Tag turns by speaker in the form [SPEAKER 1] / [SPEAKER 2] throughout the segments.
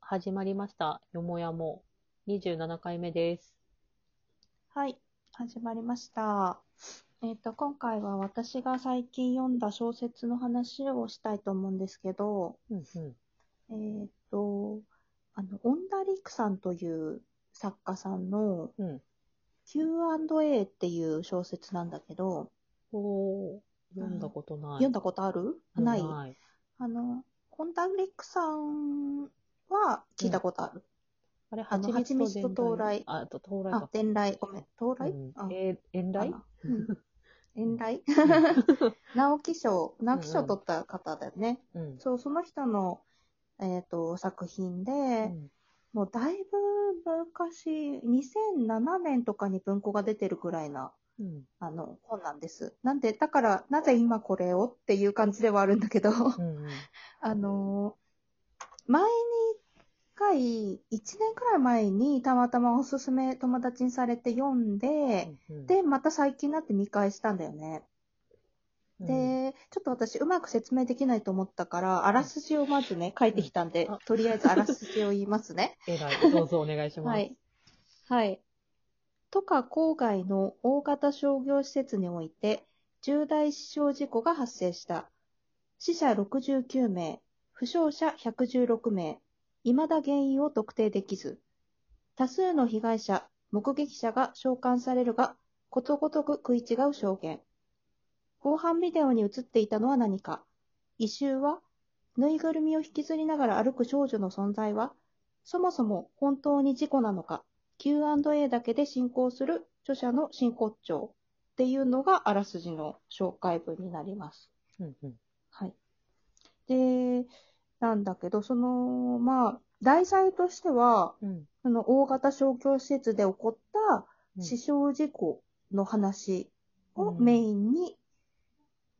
[SPEAKER 1] 始まりました。よもやも。27回目です。
[SPEAKER 2] はい、始まりました。えっ、と、今回は私が最近読んだ小説の話をしたいと思うんですけど、
[SPEAKER 1] うんうん
[SPEAKER 2] えっ、と、あの、オンダリクさんという作家さんの
[SPEAKER 1] うん
[SPEAKER 2] Q&A っていう小説なんだけど、
[SPEAKER 1] おー読んだことない。
[SPEAKER 2] 読んだことあるないあの、オンダリクさんは聞いたことある。
[SPEAKER 1] あれ、
[SPEAKER 2] あの
[SPEAKER 1] 蜂蜜と
[SPEAKER 2] 蜂蜜と
[SPEAKER 1] 到
[SPEAKER 2] 到来
[SPEAKER 1] 来。あ、と到来
[SPEAKER 2] あ、
[SPEAKER 1] か。
[SPEAKER 2] 伝来、ごめん、到来、
[SPEAKER 1] うん
[SPEAKER 2] あ
[SPEAKER 1] えー、遠来
[SPEAKER 2] かなうん遠来 直木賞、直木賞取った方だよね。
[SPEAKER 1] うん。
[SPEAKER 2] そう、その人の、えっ、と、作品で、
[SPEAKER 1] うん
[SPEAKER 2] もうだいぶ昔、2007年とかに文庫が出てるぐらいな、
[SPEAKER 1] うん。
[SPEAKER 2] あの、本なんです。なんで、だから、なぜ今これをっていう感じではあるんだけど、
[SPEAKER 1] うんうん。
[SPEAKER 2] あのー前に一回、1年くらい前にたまたまおすすめ友達にされて読んで、
[SPEAKER 1] うん、
[SPEAKER 2] で、また最近になって見返したんだよね。
[SPEAKER 1] うん、
[SPEAKER 2] で、ちょっと私うまく説明できないと思ったから、あらすじをまずね、書いてきたんで、
[SPEAKER 1] うんあ
[SPEAKER 2] とりあえずあらすじを言いますね。
[SPEAKER 1] 偉い。どうぞお願いします。
[SPEAKER 2] はい。はい。都下郊外の大型商業施設において、重大死傷事故が発生した。死者69名、負傷者116名、未だ原因を特定できず、多数の被害者、目撃者が召喚されるが、ことごとく食い違う証言。防犯ビデオに映っていたのは何か異臭はぬいぐるみを引きずりながら歩く少女の存在はそもそも本当に事故なのか Q&A だけで進行する著者の真骨頂っていうのがあらすじの紹介文になります。
[SPEAKER 1] うんうん。
[SPEAKER 2] はい。で、なんだけど、その、まあ、題材としては、
[SPEAKER 1] うん。
[SPEAKER 2] その大型商業施設で起こった
[SPEAKER 1] うん
[SPEAKER 2] 死傷事故の話を
[SPEAKER 1] うん
[SPEAKER 2] メインに、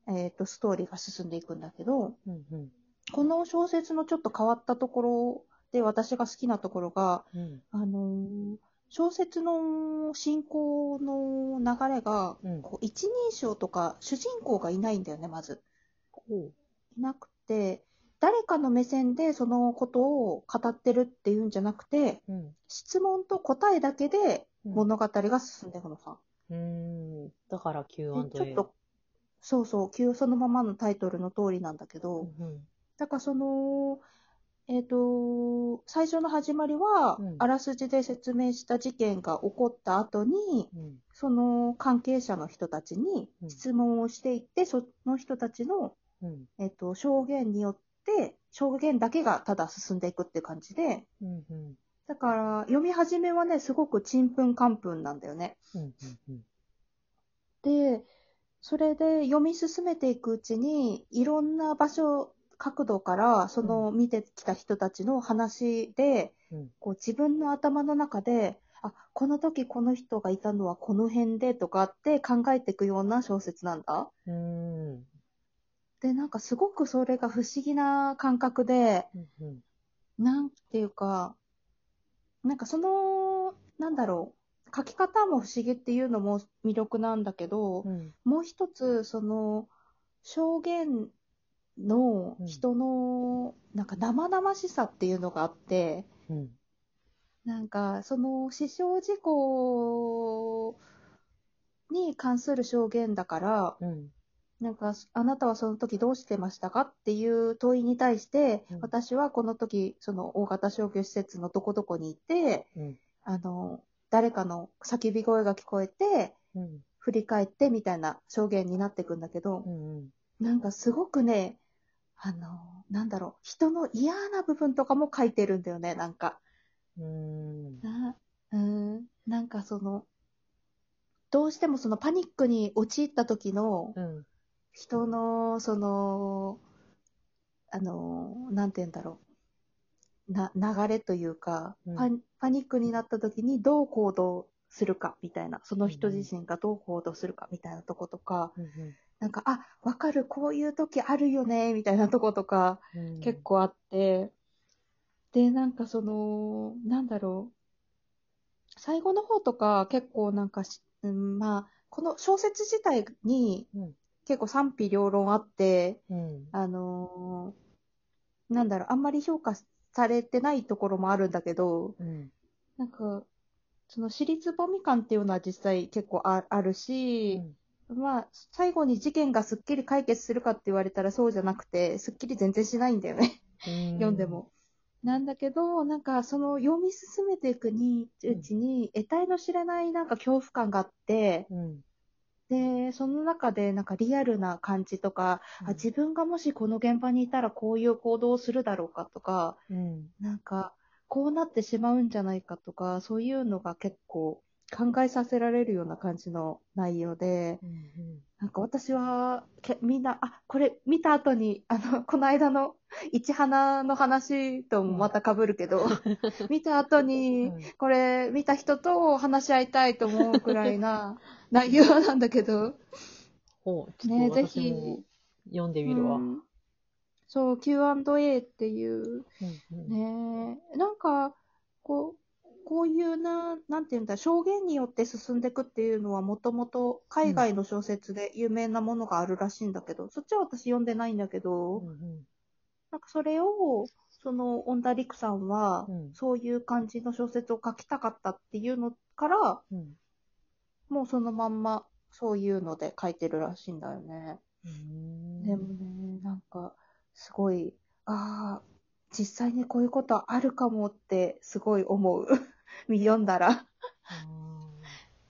[SPEAKER 2] えっ、と、ストーリーが進んでいくんだけど、
[SPEAKER 1] うんうん。
[SPEAKER 2] この小説のちょっと変わったところで私が好きなところが、
[SPEAKER 1] うん。
[SPEAKER 2] あのー小説の進行の流れが、
[SPEAKER 1] うん
[SPEAKER 2] こう一人称とか主人公がいないんだよね、まず。
[SPEAKER 1] こ
[SPEAKER 2] いなくて、誰かの目線でそのことを語ってるっていうんじゃなくて、
[SPEAKER 1] う。うん。
[SPEAKER 2] 質問と答えだけで物語が進んでいくのさ。
[SPEAKER 1] うん。だから
[SPEAKER 2] で
[SPEAKER 1] Q&A。
[SPEAKER 2] ちょっと、そうそう、急そのままのタイトルの通りなんだけど、
[SPEAKER 1] うんうん。
[SPEAKER 2] だからその、えっ、と、最初の始まりは、
[SPEAKER 1] うん
[SPEAKER 2] あらすじで説明した事件が起こった後に、
[SPEAKER 1] うん。
[SPEAKER 2] その関係者の人たちに
[SPEAKER 1] うん
[SPEAKER 2] 質問をしていって、その人たちの、
[SPEAKER 1] うん。
[SPEAKER 2] えっ、と、証言によって、証言だけがただ進んでいくって感じで、
[SPEAKER 1] うんうん。
[SPEAKER 2] だから、読み始めはね、すごくちんぷんかんぷんなんだよね。
[SPEAKER 1] うんうん
[SPEAKER 2] で、それで読み進めていくうちに、いろんな場所、角度から、その見てきた人たちの話で、
[SPEAKER 1] うん
[SPEAKER 2] こう自分の頭の中で、あ、この時この人がいたのはこの辺でとかって考えていくような小説なんだ。
[SPEAKER 1] うん。うん。
[SPEAKER 2] で、なんかすごくそれが不思議な感覚で、
[SPEAKER 1] うんうん。
[SPEAKER 2] なんていうか、なんかその、なんだろう、書き方も不思議っていうのも魅力なんだけど、
[SPEAKER 1] うん
[SPEAKER 2] もう一つ、その、証言の人の、なんか生々しさっていうのがあって、
[SPEAKER 1] うん。
[SPEAKER 2] なんか、その、死傷事故に関する証言だから、
[SPEAKER 1] うん。
[SPEAKER 2] なんか、あなたはその時どうしてましたかっていう問いに対して、
[SPEAKER 1] うん
[SPEAKER 2] 私はこの時、その大型商業施設のどこどこにいて、
[SPEAKER 1] うん
[SPEAKER 2] あの、誰かの叫び声が聞こえて、
[SPEAKER 1] うん。
[SPEAKER 2] 振り返ってみたいな証言になっていくんだけど、
[SPEAKER 1] うん。
[SPEAKER 2] なんかすごくね、あの、なんだろう、人の嫌な部分とかも書いてるんだよね、なんか。
[SPEAKER 1] うん。
[SPEAKER 2] な、うーん、なんかその、どうしてもそのパニックに陥った時の
[SPEAKER 1] うん。
[SPEAKER 2] 人の、その、あの、なんて言うんだろう、な、流れというか、
[SPEAKER 1] うん
[SPEAKER 2] パニパニックになった時にどう行動するかみたいな、その人自身がどう行動するかみたいなとことか、
[SPEAKER 1] うん
[SPEAKER 2] なんか、あ、わかる、こういう時あるよね、みたいなとことか、
[SPEAKER 1] うん。
[SPEAKER 2] 結構あって、で、なんかその、なんだろう、最後の方とか結構なんかし、うん、まあ、この小説自体に
[SPEAKER 1] うん
[SPEAKER 2] 結構賛否両論あって、
[SPEAKER 1] うん。
[SPEAKER 2] あのーなんだろう、あんまり評価されてないところもあるんだけど、
[SPEAKER 1] うん。
[SPEAKER 2] なんか、その尻つぼみ感っていうのは実際結構あある
[SPEAKER 1] う
[SPEAKER 2] し、
[SPEAKER 1] ん
[SPEAKER 2] まあ、最後に事件がすっきり解決するかって言われたらそうじゃなくて、すっきり全然しないんだよね。読んで。も。なんだけど、なんかその読み進めていくに
[SPEAKER 1] うん
[SPEAKER 2] うちに、得体の知れないなんか恐怖感があって、
[SPEAKER 1] うん。
[SPEAKER 2] で、その中でなんかリアルな感じとか、あ自分がもしこの現場にいたらこういう行動をするだろうかとか、
[SPEAKER 1] うん。
[SPEAKER 2] なんかこうなってしまうんじゃないかとか、そういうのが結構考えさせられるような感じの内容で、
[SPEAKER 1] うん。
[SPEAKER 2] なんか私はけみんな、あ、これ見た後に、あの、この間の市花の話ともまた被るけど、 見た後に、これ見た人と話し合いたいと思うくらい な内容なんだけど、
[SPEAKER 1] ほう、ちょ
[SPEAKER 2] ね、
[SPEAKER 1] っと
[SPEAKER 2] ぜ
[SPEAKER 1] 私
[SPEAKER 2] ひ、
[SPEAKER 1] も読んでみるわ。
[SPEAKER 2] う
[SPEAKER 1] うん
[SPEAKER 2] んそう、Q&A っていう、
[SPEAKER 1] うん
[SPEAKER 2] ねえ、なんか、こう、こういうな、なんていうんだ、証言によって進んでいくっていうのはもともと海外の小説で有名なものがあるらしいんだけど、そっちは私読んでないんだけど、
[SPEAKER 1] うん
[SPEAKER 2] なんかそれを、その、恩田陸さんは、
[SPEAKER 1] うん
[SPEAKER 2] そういう感じの小説を書きたかったっていうのから、
[SPEAKER 1] うん
[SPEAKER 2] もうそのまんま、そういうので書いてるらしいんだよね。
[SPEAKER 1] うん
[SPEAKER 2] でもね、なんか、すごい、ああ、実際にこういうことあるかもって、すごい思う。 見読んだら。
[SPEAKER 1] あ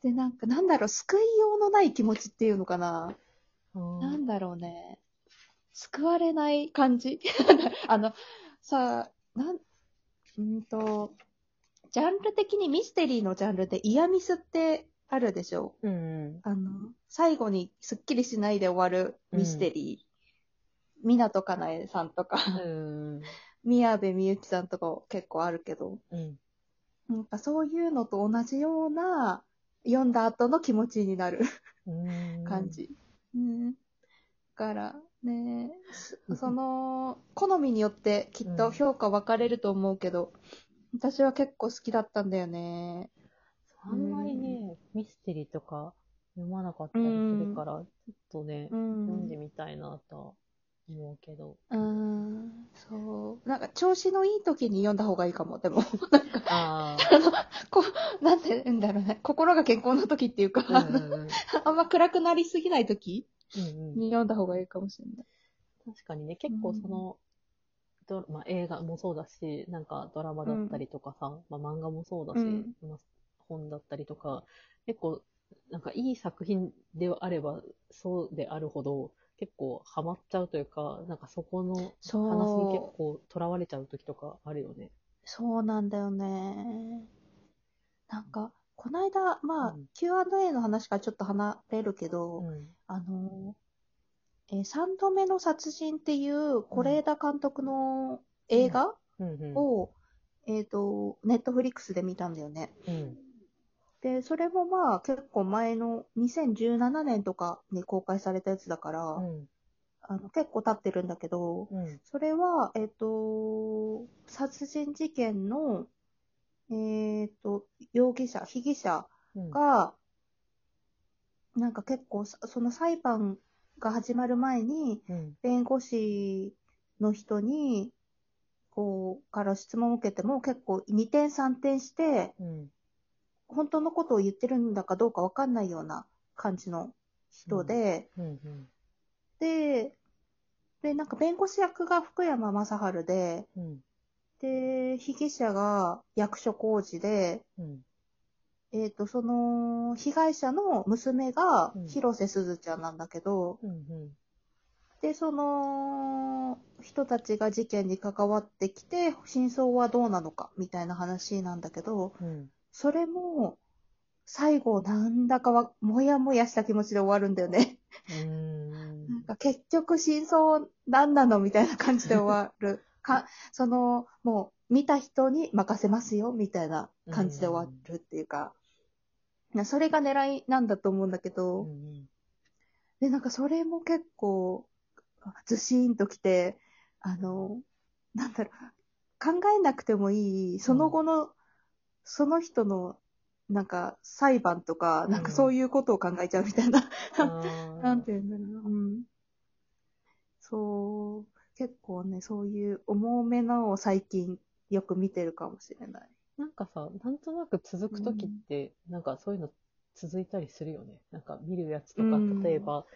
[SPEAKER 2] で、なんか、なんだろう、救いようのない気持ちっていうのかな。
[SPEAKER 1] ーあー
[SPEAKER 2] なんだろうね。救われない感じ。 あの、さあ、なん、うんと、ジャンル的にミステリーのジャンルで嫌ミスってあるでしょ
[SPEAKER 1] うん
[SPEAKER 2] あの、最後にすっきりしないで終わるミステリー。港かなえさんとか、
[SPEAKER 1] うん
[SPEAKER 2] 宮部みゆきさんとか結構あるけど、
[SPEAKER 1] うん
[SPEAKER 2] なんかそういうのと同じような、読んだ後の気持ちになる
[SPEAKER 1] うん
[SPEAKER 2] 感。じ。ねだからね、すその、好みによってきっと評価分かれると思うけど、私は結構好きだったんだよね。
[SPEAKER 1] あんまりね、ミステリーとか読まなかったりするから、ちょっとね
[SPEAKER 2] う、ん。
[SPEAKER 1] 読んでみたいなとは思うけど。
[SPEAKER 2] うーん、そう。なんか、調子のいい時に読んだ方がいいかも、でも。
[SPEAKER 1] あ
[SPEAKER 2] なんて言うんだろうね。心が健康な時っていうか、
[SPEAKER 1] あ。うんうんうん
[SPEAKER 2] あんま暗くなりすぎない時
[SPEAKER 1] うんうん
[SPEAKER 2] に読んだ方がいいかもしれない。
[SPEAKER 1] 確かにね、結構その、ドラまあ、映画もそうだし、なんかドラマだったりとかさ、まあ、漫画もそうだし、
[SPEAKER 2] うん
[SPEAKER 1] まあ本だったりとか、結構、なんかいい作品であれば、そうであるほど、結構ハマっちゃうというか、なんかそこの話に結
[SPEAKER 2] そう。
[SPEAKER 1] 構とらわれちゃう時とかあるよね。
[SPEAKER 2] そうなんだよね。なんか、この間、まあ、
[SPEAKER 1] うん
[SPEAKER 2] Q&A の話からちょっと離れるけど、
[SPEAKER 1] うん。
[SPEAKER 2] あの、えー三度目の殺人っていう、是枝監督の映画
[SPEAKER 1] うんうん。
[SPEAKER 2] を、えっ、と、ネットフリックスで見たんだよね。
[SPEAKER 1] うん。
[SPEAKER 2] で、それもまあ結構前の2017年とかに公開されたやつだから、
[SPEAKER 1] うん。
[SPEAKER 2] あの結構経ってるんだけど、
[SPEAKER 1] うん。
[SPEAKER 2] それは、えっ、と、殺人事件の、えっ、と、容疑者、被疑者
[SPEAKER 1] うん。
[SPEAKER 2] が、なんか結構さ、その裁判が始まる前に、
[SPEAKER 1] うん。
[SPEAKER 2] 弁護士の人に、こう、から質問を受けても結構二点三点して、
[SPEAKER 1] うん。
[SPEAKER 2] 本当のことを言ってるんだかどうかわかんないような感じの人で、
[SPEAKER 1] うん。
[SPEAKER 2] で、で、なんか弁護士役が福山雅治で、
[SPEAKER 1] うん。
[SPEAKER 2] で、被疑者が役所広司で、
[SPEAKER 1] うん。
[SPEAKER 2] えっ、と、その、被害者の娘が
[SPEAKER 1] うん
[SPEAKER 2] 広瀬すずちゃんなんだけど、
[SPEAKER 1] うん。
[SPEAKER 2] で、その人たちが事件に関わってきて、真相はどうなのかみたいな話なんだけど、
[SPEAKER 1] うん。
[SPEAKER 2] それも最後なんだかは、もやもやした気持ちで終わるんだよね。
[SPEAKER 1] うん。
[SPEAKER 2] なんか結局真相何なのみたいな感じで終わる。か、その、もう見た人に任せますよみたいな感じで終わるっていうか、なそれが狙いなんだと思うんだけど、
[SPEAKER 1] うん。
[SPEAKER 2] で、なんかそれも結構、ずしーんときて、あの、なんだろう、考えなくてもいい、その後の、その人の、なんか裁判とか、なんかそういうことを考えちゃうみたいな、な
[SPEAKER 1] なん
[SPEAKER 2] て言うんだろうな、うん。そう、結構ね、そういう重めなのを最近よく見てるかもしれない。
[SPEAKER 1] なんかさ、なんとなく続くときって、なんかそういうの続いたりするよね。なんか見るやつとか
[SPEAKER 2] う、ん
[SPEAKER 1] 例えば、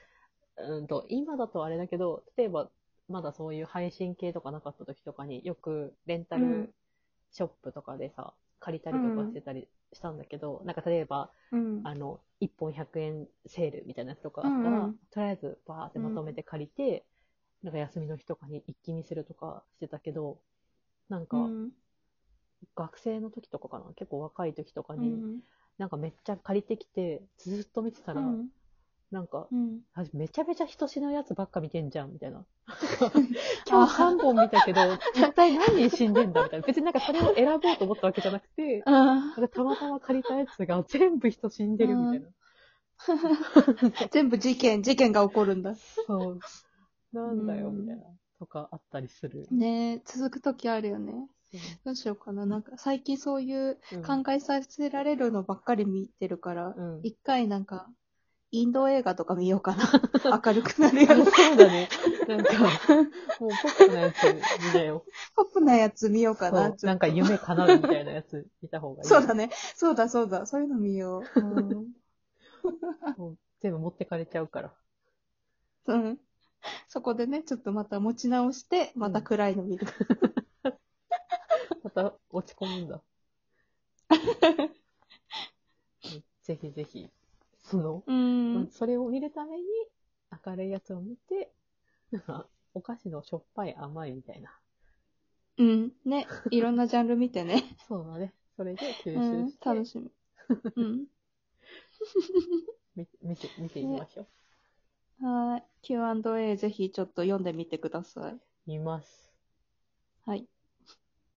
[SPEAKER 1] うんと、今だとあれだけど、例えば、まだそういう配信系とかなかったときとかによくレンタ
[SPEAKER 2] うん
[SPEAKER 1] ルショップとかでさ、借りたりとかしてたりしたんだけど、なんか例えば、
[SPEAKER 2] うん。
[SPEAKER 1] あの、1本100円セールみたいなやつとかあったら、
[SPEAKER 2] うんうん
[SPEAKER 1] とりあえずバーってまとめて借りて、なんか休みの日とかに一気見するとかしてたけど、なんか
[SPEAKER 2] うん
[SPEAKER 1] 学生の時とかかな、結構若い時とか
[SPEAKER 2] う
[SPEAKER 1] に、
[SPEAKER 2] ん
[SPEAKER 1] なんかめっちゃ借りてきて、ずっと見てたら、なんか、
[SPEAKER 2] うん
[SPEAKER 1] あめちゃめちゃ人死ぬやつばっか見てんじゃん、みた いな。今
[SPEAKER 2] 今
[SPEAKER 1] 日
[SPEAKER 2] 日3
[SPEAKER 1] 3本見たけど、一体何人死んでんだ、みたいな。別になんかそれを選ぼうと思ったわけじゃなくて、
[SPEAKER 2] あ
[SPEAKER 1] なんかたまたま借りたやつが全部人死んでる、みたいな。
[SPEAKER 2] ー全部事件、事件が起こるんだ。
[SPEAKER 1] そう。なんだよ、
[SPEAKER 2] うん
[SPEAKER 1] みたいな。とかあったりする。
[SPEAKER 2] ねえ続くときあるよね。どうしようかな。なんか最近そういう考えさせられるのばっかり見てるから、
[SPEAKER 1] うん。うん
[SPEAKER 2] 一回なんか、インド映画とか見ようかな。 明るくなるやつ。
[SPEAKER 1] そうだね。なんか、もうポップなやつ見なよ。
[SPEAKER 2] ポップなやつ見ようか
[SPEAKER 1] そ
[SPEAKER 2] な。
[SPEAKER 1] う
[SPEAKER 2] ちょっと
[SPEAKER 1] なんか夢叶うみたいなやつ見た方がいい。
[SPEAKER 2] そうだね。そうだそうだ。そういうの見よう。うん
[SPEAKER 1] もう全部持ってかれちゃうから。
[SPEAKER 2] うん。そこでね、ちょっとまた持ち直して、また暗いの見る。
[SPEAKER 1] また落ち込むん だ。ぜひぜひ、その、
[SPEAKER 2] うん
[SPEAKER 1] まあそれを見るために明るいやつを見て、なんか、お菓子のしょっぱい甘いみたいな。
[SPEAKER 2] うん。ね。いろんなジャンル見てね。
[SPEAKER 1] そうだね。それで吸
[SPEAKER 2] う
[SPEAKER 1] 収
[SPEAKER 2] ん
[SPEAKER 1] し。て、
[SPEAKER 2] 楽しみ。うん。
[SPEAKER 1] み見て見ていきましょう。
[SPEAKER 2] はい。Q&A ぜひちょっと読んでみてください。
[SPEAKER 1] 見ます。
[SPEAKER 2] はい。